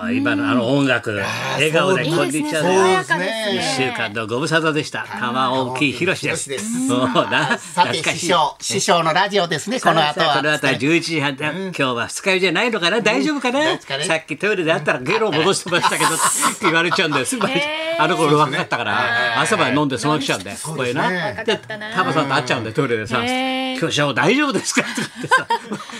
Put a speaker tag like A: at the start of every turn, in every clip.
A: あ今のあの音楽、笑顔でこんにちは
B: そう
A: で
B: で
C: 爽や
B: す
C: かです
B: ね
A: 一週間のご無沙汰でした。玉置宏です。
B: です
A: そうな、
B: さて
A: 懐か
B: 師
A: しい。
B: 匠師匠のラジオですねこの後は
A: この後は11時半だ、今日は二日酔いじゃないのかな大丈夫かな、
B: 大丈夫かね
A: さっきトイレで会ったらゲロを戻してま したけどって言われちゃうんです、 あの頃若かったから朝まで飲んでそのまま来ちゃうんだよこ
B: う
A: こ
B: で
A: へ
B: すね
A: なで
C: ったな
A: タバさんと会っちゃうんだよトイレでさ「
C: へー
A: 今日師匠大丈夫ですか?」とかってさ「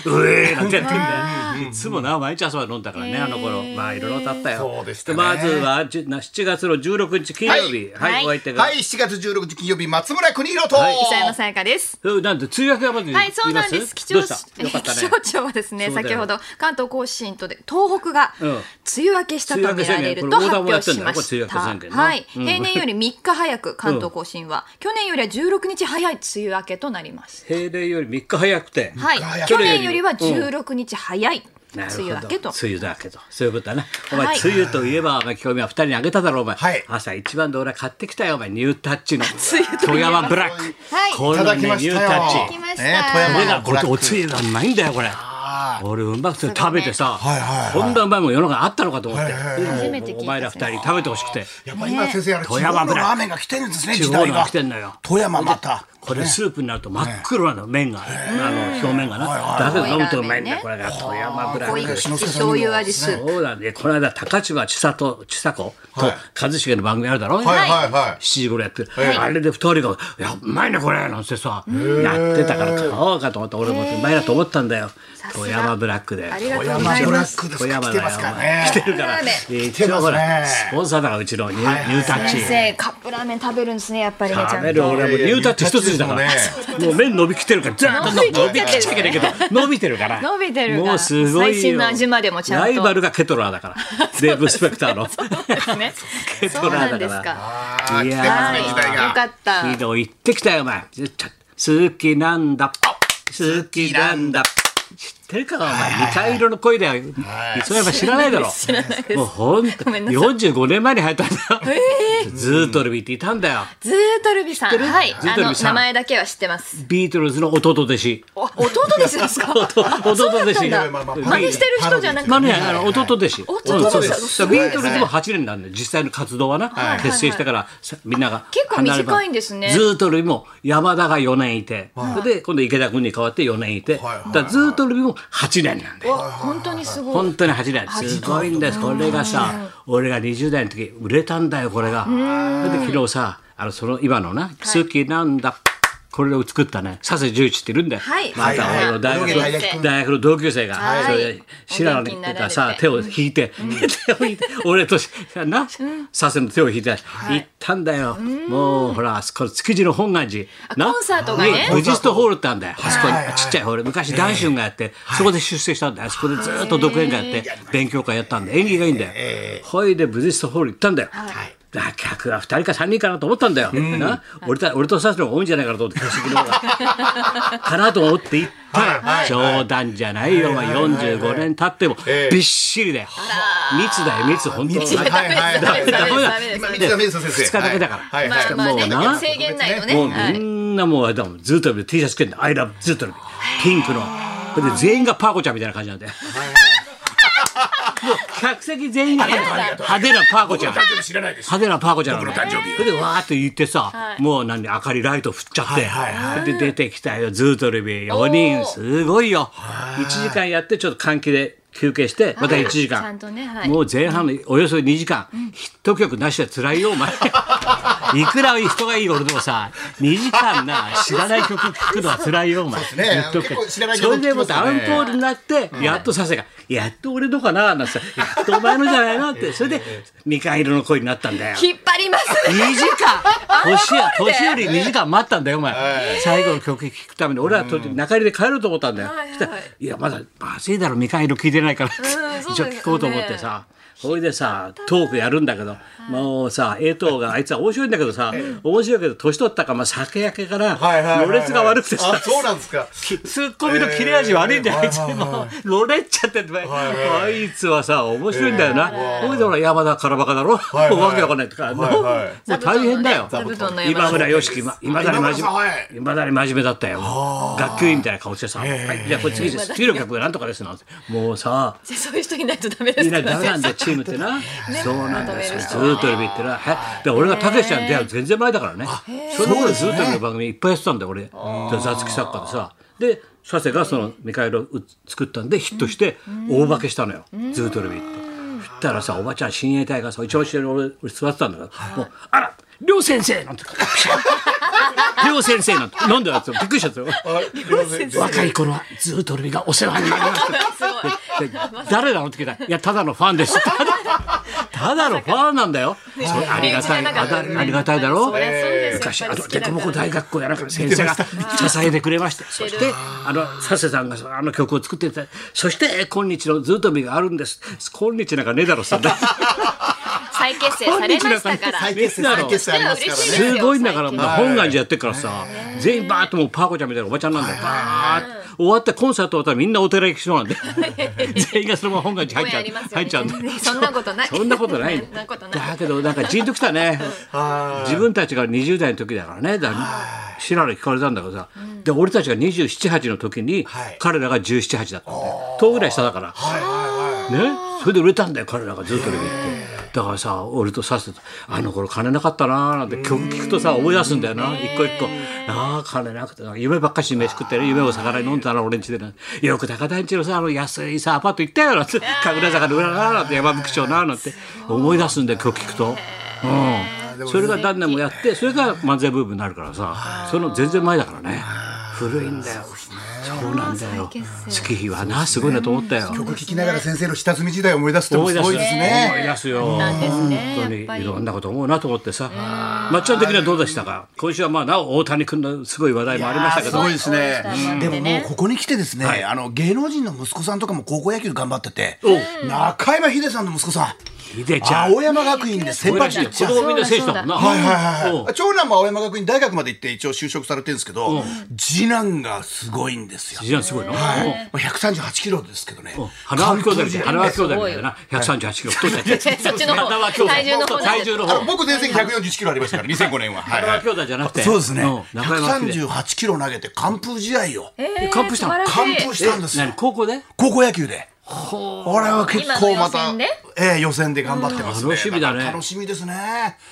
A: うえー」なんてやってんだよいつもな毎日朝まで飲んだからねあの頃まあいろいろだったよ
B: そうでしたね
A: まずはじゅな7月の16日金曜日はい、
C: はい
A: お相手が、
B: はい7月16日金曜日松村邦洋と
C: 磯山さやかです。
A: えなんで通訳がまずいま
C: はい、そうなんです。気象
A: どう
C: し
A: したよかった
C: 気
A: ね
C: 象庁はですね、
A: そうだよ
C: 先ほど関東甲信とで東北が
A: うん
C: 梅雨明けしたと見られると発表しま
A: 梅雨明
C: し
A: け宣言これ横断もやってんだよこれ梅雨明け宣言な
C: た。はい、
A: うん
C: 平年より3日早く関東甲信は、去年よりは16日早い梅雨明けとなります。
A: 平年より3日早くて、
C: はい
B: 早、い
C: 去年よりは16日早い
A: な
C: 梅
A: るほど
C: 雨明けと。
A: 梅雨だけどそういうことだなお前、
C: はい
A: 梅雨といえばお前興味は2人にあげただろお前、
B: はい
A: 朝一番で俺は買ってきたよお前ニュータッチの
C: 梅雨といえば
A: 富山ブラック、
C: はい
A: このねニュータッ
C: き
A: チ
C: ました
B: ね富
A: これ
B: 山
A: が
B: の
A: こ
B: ブラ
A: れ
B: ック
A: おつゆがうまいんだよこれ
B: あ
A: 俺うまくて食べてさ、
B: いはいはい
A: こんなうまいもん世の中あったのかと思って、
B: はいはい
C: 初めて聞いた
A: お前ら2人食べてほしくて
B: ーやっぱ今先生あれ
A: 富
B: 富
A: 山
B: 山
A: ブ
B: の
A: ラック
B: ラーメンが来てるんですね
A: 地
B: 時
A: 方
B: 代
A: のが
B: が
A: 来てんのよ
B: 富山また
A: これスープになると真っ黒なの麺が、あの表面がな、
B: は
A: だけど飲むとうまいんだよこれが富山ブラッ
C: 濃
A: ク
C: い口
B: 篠塚さんに
C: 醤
B: も
C: 油味スープ。
A: そうだね。この間、高千葉千里、千佐子と、
B: はい
A: 一茂の番組あるだろ、
B: はいはいはい
A: 7時頃やってる、あれで二人が、いや、うまいね、これなんてさ、やってたから買おうかと思って、俺もうまいなと思ったんだよ。
C: さすが
A: 富山ブラックで。
C: ありがとう
B: 富
C: ござ
B: 山
C: います
B: ブラックです
A: 富
B: か
A: 山
B: 来
A: だ
B: て
A: よ
B: ますから
A: 来て
B: ね
A: るから。
B: 来てますね
A: 一応ほら、スポンサーだから、うちのニューニュータッチ。
C: 先生、カップラーメン食べるんですね、やっぱりね、ちゃ
A: 食
C: ん
A: べ
C: と。
A: る俺はもうニュータッチ一筋だから
B: いやいや
A: もう麺伸びきってるからずーっと伸び伸びきっちゃいけないけど伸びてるから
C: 伸びてるから
A: もうすごいよ
C: 最新の味までもちゃんと
A: ライバルがケトラーだからデーブ・スペクター の
C: ですね。
A: ケ
C: そ
A: ト
C: う
A: ラ
C: な
A: ー
C: んで
A: だ
C: す
A: から
C: か。
B: あー
A: い
B: 来て
A: やー
B: ます
C: はい、
B: ね時
C: よ
B: 代が
C: かった。
A: ひどい行ってきたよお前好きなんだ好きなんだ知ってるかお前二階色の恋だよ磯山知らないだろ
C: 知らないです
A: もうほんと
C: ごめんなさい
A: 45年前に入ったんだよずーっと俺見ていたんだよ
C: ズートルビさん。はい。
A: ズー
C: あ
A: トル
C: の、
A: ビさん
C: 名前だけは知ってます。
A: ビートルズの弟弟子
C: お弟弟子ですか
A: 弟弟子
C: だ
B: まあまあまあ
C: 真似してる人じゃなく
A: まあ
C: て。
A: ね、あの弟弟子。
C: 弟弟子
A: うんそうそう
C: すご
A: ビ
C: いですね
A: ートルズも8年なんで、実際の活動はな、結成してから、さみんなが
C: 結構
A: 離れば。
C: 短いんですね
A: ずーっとルビも山田が4年いて、で、今度池田君に代わって4年いて、だ
B: はいはい
A: からずーっとルビも8年なんで。
C: わ本当にすごい。
A: 本当に8年すごいんですこれがさ俺が20代の時売れたんだよこれがそれで昨日さあのその今のな「好きなんだ」これを作ったね佐世十一っているんだよ、
C: はい
A: また俺の大学の
B: はいはいはい
A: 大学の同級生が、
C: はい
A: それで白野にがさ手を引いて、 手を引いて俺としな佐世の手を引いて行ったんだよ、もうほらあそこの築地の本願寺な
C: コンサートがね
A: にブジストホールってあるんだよあそこに
B: はいはい
A: ちっちゃいホール昔ダンシュンがやってそこで出世したんだよあそこでずっと独演会やって勉強会やったんで演技がいいんだよほいでブジストホール行ったんだよだから客が2人か3人かなと思ったんだよな俺た俺と佐世の方が多いんじゃないかなと思って客席の方がかなと思って行った
B: はいはい
A: ら
B: はい
A: 冗談じゃないよお前45年経っても
B: ええ
A: びっしりだよ密だよ密本当
B: 密
A: に
B: だはいはい
C: ダメです
A: ダ
C: ダ
A: メ
C: メ
A: だ
C: で
A: よ
C: すダメです
B: 今
C: ダメ
B: 三
C: です
B: つだ
A: 二
B: めですよ先生
A: 日だけだから
B: はいはい
C: まあまあね、
A: もうな
C: 制限内の
A: もう
C: ね。は
A: み
C: い。
A: んなもうあれだもんずっと T シャツ着てんだ「I love ずっとピンクのそれで全員がパーコちゃんみたいな感じなんで もう客席全員が派手なパーコちゃん
B: 生日知らないです
A: 派手なパーコちゃんなの
B: 僕の誕生日
A: それでわーって言ってさもう何明かりライト振っちゃって、
B: はいは
A: で出てきたよずーっとレビュー4人
C: おー
A: すごいよ1時間やってちょっと換気で休憩してまた1時間、
C: ちゃんとねはい
A: もう前半のおよそ2時間、ヒット曲なしは辛いよお前 いくら人がいい俺でもさ2時間な知らない曲聴くのは辛いよお前
B: うですね
A: 言っとくけど
B: 結構知らない
A: そ
B: 曲
A: れでもう
B: 聴きます
A: ア
B: よ
A: ン
B: ね
A: コールになってやっとさせが「やっと俺のかな」なんてさ「やっとお前のじゃないな」ってそれでみかん色の恋になったんだよ。
C: 引っ張りますね。
A: 2時間 年や年より2時間待ったんだよお前最後の曲聴くために俺は途中中入りで帰ろうと思ったんだよ、
C: はいはい
A: そしたらいやまだまずいだろみかん色聞いてないから」
C: そう
A: 一応
C: です
A: 聞こうと思ってさほいでさトークやるんだけどもうさ A 党があいつは面白いんだけどさ面白いけど年取ったかまあ酒焼けから
B: はいはいはい
A: ろれつが悪くてさ
B: あそうなんですか
A: きツッコミの切れ味悪いんだよ、
B: え
A: あ
B: ー
A: いつ
B: はいはい
A: もうろれっちゃってて、あいつはさ面白いんだよな、ほいでほら山田からばかだろ、
B: いはい
A: わけわかんないとか、
B: はいはい
A: もう大変だよ
C: 座布団の
A: 今
C: 山
A: 村良樹ま今だに真
B: 今村さんは
A: 面
B: い
A: 目今だに真面目だったよ学級委員みたいな顔してさ「はいじゃあこれ次です次の曲はなんとかです」なんてもうそう
C: そういう人いないとダメです
A: いな
C: か
A: いとダ
C: ら
A: メ
C: ね
A: なんだよチームってな。そうなんだ
C: まとめ
A: よ。
C: る
A: ず
C: 人
A: ーっと呼び行ってな。はい。で俺がたけしちゃんに出会う全然前だからね。それまでずーっと呼びの番組いっぱいやってたんだよ俺。で座付き作家でさ。で佐世がそのミカエルを作ったんでヒットして大化けしたのよ。ずーっと呼びって。そしたらさおばちゃん親衛隊がさ一番後ろに俺俺座ってたんだから。もうあら両先生なんて。ピシャ ッ両先生なんてなんだよってびっくりしちゃったよ。若い頃はずーっと俺がお世話になりました。
C: すごい
A: で誰なのって聞いたら「いやただのファンです」 ただのファンなんだよそれありがたい
C: ね
A: あだありがたいだろ
C: そりゃそうですよ
A: 昔
C: や
A: あ
C: っぱり
A: の
C: 好きだ
A: 凸
C: から
A: 凹大学校やなんかの先生が支えてくれましてそしてあの佐世さんがそあの曲を作っててそして今日のずっとみがあるんです今日なんかねえだろそ んな
C: 再結成されましたから
B: 再結成再結成ありますから
C: 嬉し
B: ね。
A: すごいんだから、
C: 最近
A: まあ、本願寺やってっからさ、全員バーッともうパーコちゃんみたいなおばちゃんなんだよ、バーッと終わってコンサート終わったらみんなお寺行きそうなん で全員がそのまま本願寺入っちゃう、
C: 声ありますよね
A: 入っちゃうんだよ
C: そんなことない
A: そんなことない
C: そんなことない
A: だけどなんかじンときたね自分たちが20代の時だからねだ白ら聞かれたんだけどさ、で俺たちが278の時に、
B: はい
A: 彼らが178だったんで10ぐらい下だから、
B: はいはいはい。
A: ね、それで売れたんだよ彼らがずっと売れてってだからさ俺とさせてあの頃金なかったなーなんて曲聴くとさ思い出すんだよな一個一個ああ金なくて夢ばっかし飯食ってね夢を魚に飲んでたな俺んちでなよく高田んちのさあの安いさアパート行ったよなんて神楽坂の裏ななんて山吹町ななんて思い出すんだよ曲聴くと。うん、それが何年もやってそれが漫才ブームになるからさその全然前だからね古いんだよそうなんだよ月日はなすごいなと思ったよ
B: 曲聴きながら先生の下積み時代を思い出すっても
A: 思い
B: す
A: 出す
B: ごいですね。
A: 思い出すよ。本当にいろんなこと思うなと思ってさ。まっちゃん的にはどうでしたか。今週はまあなお大谷君のすごい話題もありましたけ
B: いやーす
A: ど
B: ごい。ですね
C: うん
B: でももうここに来てですね、あの芸能人の息子さんとかも高校野球頑張ってて
A: お
B: 中山秀さんの息子さん
A: ひでちゃん。
B: 青山学院で先
A: 俺ら
B: 発
A: しい
B: ピ
A: よ
B: ッ
A: 子
B: チャー
A: 供みんな選手だもんな。
B: はいはい
A: お
B: はい、長男も青山学院大学まで行って一応就職されてるんですけど、次男がすごいんですよ
A: ひ。でちゃんすごいの。
B: はい、まあ138キロですけどね
A: お花輪兄弟みたいな花輪兄弟みたい
C: すごい
A: な百三十八キロ太っちゃって。
C: そっちの方
A: 花輪兄弟
C: 体重の方
A: 体重の
B: あの
A: 方。
B: 僕全盛期141キロありましたから2005年は、はい
A: 花
B: は
A: 輪
B: い
A: 兄弟じゃなくて。
B: そうですね
A: ん中山秀。
B: 138キロ投げて完封試合を
C: えー
A: 完封したの
C: 素晴
B: 完
C: らしい
B: 封したんですよ
A: 何高校で。
B: 高校野球で。これは結構ま
C: 今
B: た
C: の予選で、
B: ええ予選で頑張ってますね。
A: 楽しみだね
B: から楽しみですね。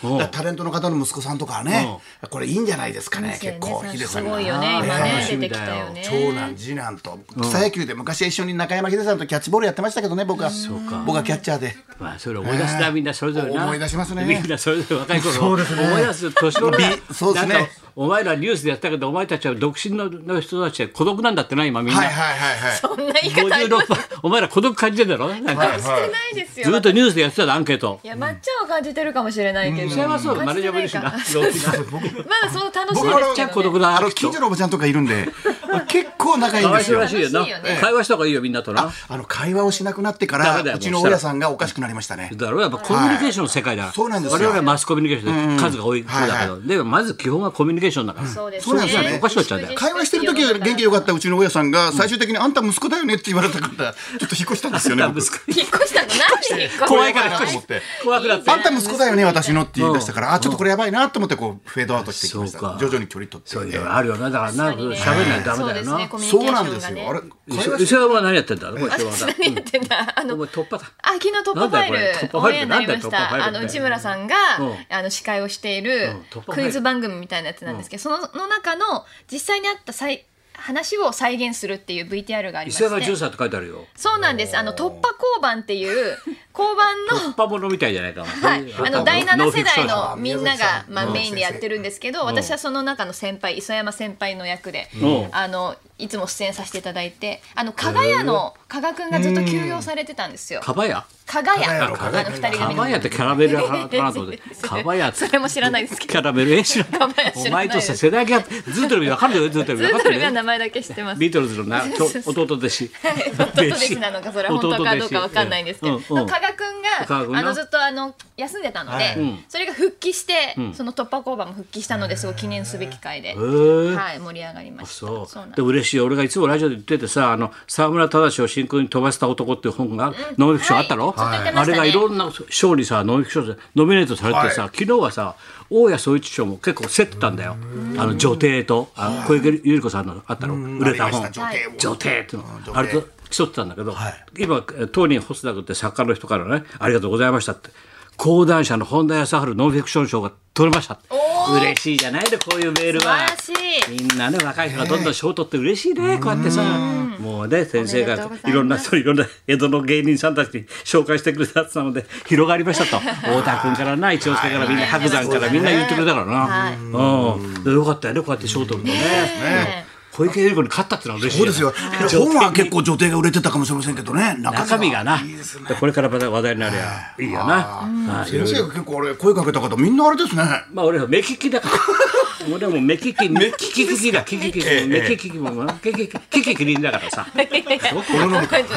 B: だ
A: ん
B: からタレントの方の息子さんとかはね、これいいんじゃないですかね。結構ヒデ
C: す
B: さんが
C: ごいよね今
A: 楽
C: ね
A: し
C: 出
A: み
C: て
A: だ
C: き
A: よ
C: たよね
B: 長男次男と草野球で昔は一緒に中山秀さんとキャッチボールやってましたけどね僕は僕はキャッチャーで
A: まあそれ思い出すなみんなそれぞれな
B: 思い出しますね
A: みんなそれぞれ若い頃
B: そうですね
A: 思い出す年の
B: びそうですね
A: なんかお前らニュースでやったけどお前たちは独身の人たちで孤独なんだってな今みんな、
B: はいはいはいはい
C: そんな言い方ありま
A: 56
C: す
A: 番お前ら孤独感じてんだろなんか
B: はいはい
C: ないですよ
A: ずっとニュースでやってたのアンケート
C: いや抹茶を感じてるかもしれないけど
A: 幸せそうマネージャーもいるしな
C: 感じて
A: 同
C: ない
A: 期
C: か
A: な
C: まだその楽しい
B: 僕は
C: です
A: ち
C: け
A: ゃ孤
C: どね
A: 独だ
B: あ
A: あの
B: の
A: 人
B: 近所
A: か
B: のおばちゃんとかいるんで結構仲いいん
A: わ
B: で
A: い
B: す
A: そう
B: よ
A: らしいよな
C: 楽しいよね
A: 会話した方がいいよみんなとな
B: あの会話をしなくなってか
A: ダ
B: ら
A: メだよ
B: うちの親さんがおかしくなりましたね
A: だろやっぱコミュニケーションの世界だ、
B: そうなんですよ
A: 我々はマスコミュニケーションで数が多い方だけど、
B: はいは
A: でもまず基本はコミュニケーションだから、
C: そうですね
B: そうなんですよね
A: おかしくなっちゃうんだよ
B: 会話してる時は元気良かったうちの親さんが最終的に「あんた息子だよね」って言われたからちょっと引っ越したんですよね
A: 多分
B: 僕
A: 少ない
C: 引っ越したの何引っ越したの
A: 怖いから引っ越
B: と思
A: し
B: って
A: 怖くなって
B: あんた息子だよね私のって言い出したからあちょっとこれやばいなと思ってこうフェードアウトしていきました
A: そうか
B: 徐々に距離取って
A: そうい
B: いうって
A: のがあるよなだからな喋んないとダメだよな、
C: そうですね
B: そうなんですよあれ会話
A: 伊
B: して
A: 勢は何やってんだろう、これ、伊勢は。
C: 何やってんだあ
A: お
C: の
A: 前突破だ。
C: あ昨日トップファイル
A: なんだよこれトップフ
C: オ
A: ァイル
C: ンエアになりまし
A: なんだよトップファイル
C: たあの
A: って
C: 内村さんが、
A: うん
C: あの司会をしている
A: うんトップファイル
C: クイズ番組みたいなやつなんですけど、そのの中の実際にあったさい話を再現するっていう VTR があり
A: 伊勢
C: まし
A: は
C: て
A: 13って書いてあるよ。
C: そうなんですあの突破交番っていう交番
A: 突
C: の
A: 破物みたいじゃないか。
C: は、
A: はい
C: あの第7世代のみんなが、
B: うん
C: まあ、メインでやってるんですけど、私はその中の先輩磯山先輩の役で、
A: うん
C: あのいつも出演させていただいてあの加賀屋の加賀くんがずっと休養されてたんですよ。
A: かばや。
C: 加賀屋あ
B: 加
C: の
B: 賀屋の
C: 二人
A: か
C: 組
A: ば
C: の
A: やってキャラメルかなと 思って。かばやって
C: それも知らないです
A: キ
C: けど
A: ャラメル、え、知ら
C: かばや知らないです
A: お前とさ、世代が、ずっと見分かる よ、ずっと見
C: ず
A: 分
C: っ
A: かって
C: と
A: る
C: が
A: よ
C: 名。前だけ知ってます
A: ビートルズのな、ちょ弟弟子。
C: 弟弟子なのかそれは本当かどうかわかんないんですけど、
A: 弟弟子
C: そ
A: うんう
C: の
A: ん
C: 加賀くん
A: 加賀くん
C: が
A: な
C: あのずっとあの休んでたので、
B: はい
C: それが復帰して、その突破交番も復帰したのですごい記念すべき回で、
A: ー
C: はい盛り上がりました。
A: そう
C: なんで
A: で嬉しい俺がいつもラジオで言っててさ「あの沢村忠を真空に飛ばした男」っていう本が、ノンフィクションあったろ、
C: はいずっと言ってま
A: あ
C: した
A: れ
C: ね
A: がいろんな賞にさノンフィクションでノミネートされてさ、
B: は
A: 昨日はさ大谷総一賞も結構競ってたんだよあの女帝とあの小池百合子さんのあったろ売れた
B: ありま
A: 本
B: した女帝を
A: 女帝っていうの
B: 女帝
A: あれと競ってたんだけど、
B: はい
A: 今当人細田君って作家の人からねありがとうございましたって講談社の本田康春ノンフィクション賞が取れましたって嬉しいじゃないでこういうメールは
C: 素晴らし
A: みんなね若い人がどんどん賞取って嬉しいねこうやってさもうね先生
C: おめでと
A: が
C: うございます
A: いろんな人いろんな江戸の芸人さんたちに紹介してくれたやつなので広がりました と太田君からな一之輔からみんな白山からみんな言ってくれたから
C: はい
A: なうんでよかったよねこうやって賞取るとね
C: ね
A: 小池百合子に勝ったってのは嬉しい
B: そ
A: よ
B: う
A: ね
B: ですよ。本は結構女帝が売れてたかもしれませんけどね。中
A: 中身がな
B: 身いいですね。
A: でこれからまた話題になりゃいいよなはい
B: 先生が結構俺声かけた方みんなあれですね。
A: まあ俺は目利きだから俺はもう目利き目利き利きだ利き利き目利きも利き利き利き利きだからさ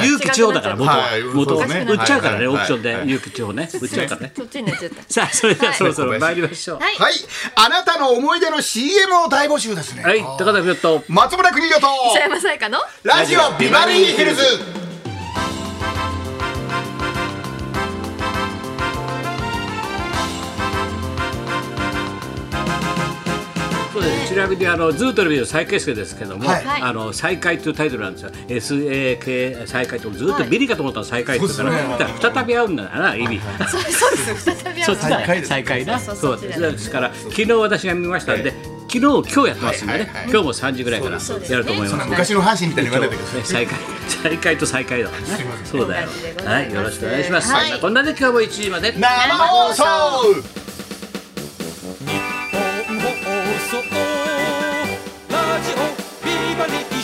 A: 有機地方だから元は
B: はい
A: 元は
B: そうね
A: 売っちゃうからね
B: はい
A: オークション
B: は
A: で
B: い
A: 有機地方ね売っちゃうからね
C: そっちになっちゃった
A: さあそれではそろそ
B: は
A: ろ
B: い
A: 参りましょう
C: はい
B: はい。あなたの思い出の CM を大募集ですね。
A: はい高田君と
B: 松村邦洋と
C: 磯山さやかの
B: ラジオビバリーヒルズ。
A: そうですちなみにあのズートレビの再結成ですけども、
B: はい
C: はい
A: あの再開というタイトルなんですよ。S A K 再開とずっとビリかと思ったら再開って言ったら、
B: そうですね
A: だから再び会うんだな意味。
C: そうそうです再び会
A: そうっちだ
B: 再開
A: ね
B: です
A: 再開な。
C: そう
A: そ
C: そう
A: う
C: そっち
A: で
C: だ
A: す。
C: ね
A: ですから昨日私が見ましたんで、昨日今日やってますんでね
B: はいはいは。い
A: 今日も3時ぐらいからや
C: そうですね
A: ると思い
B: そん
A: ま
B: な
A: す。
B: 昔の阪神みたいに言われてるけど。
A: ね再開再開と再開だからね。そうだよ
C: そうです。ね
A: はいよろしくお願いします。
C: はい
A: そんなこんなで今日も1時まで。
B: 生放送。
D: 日本放送ラジオビバリー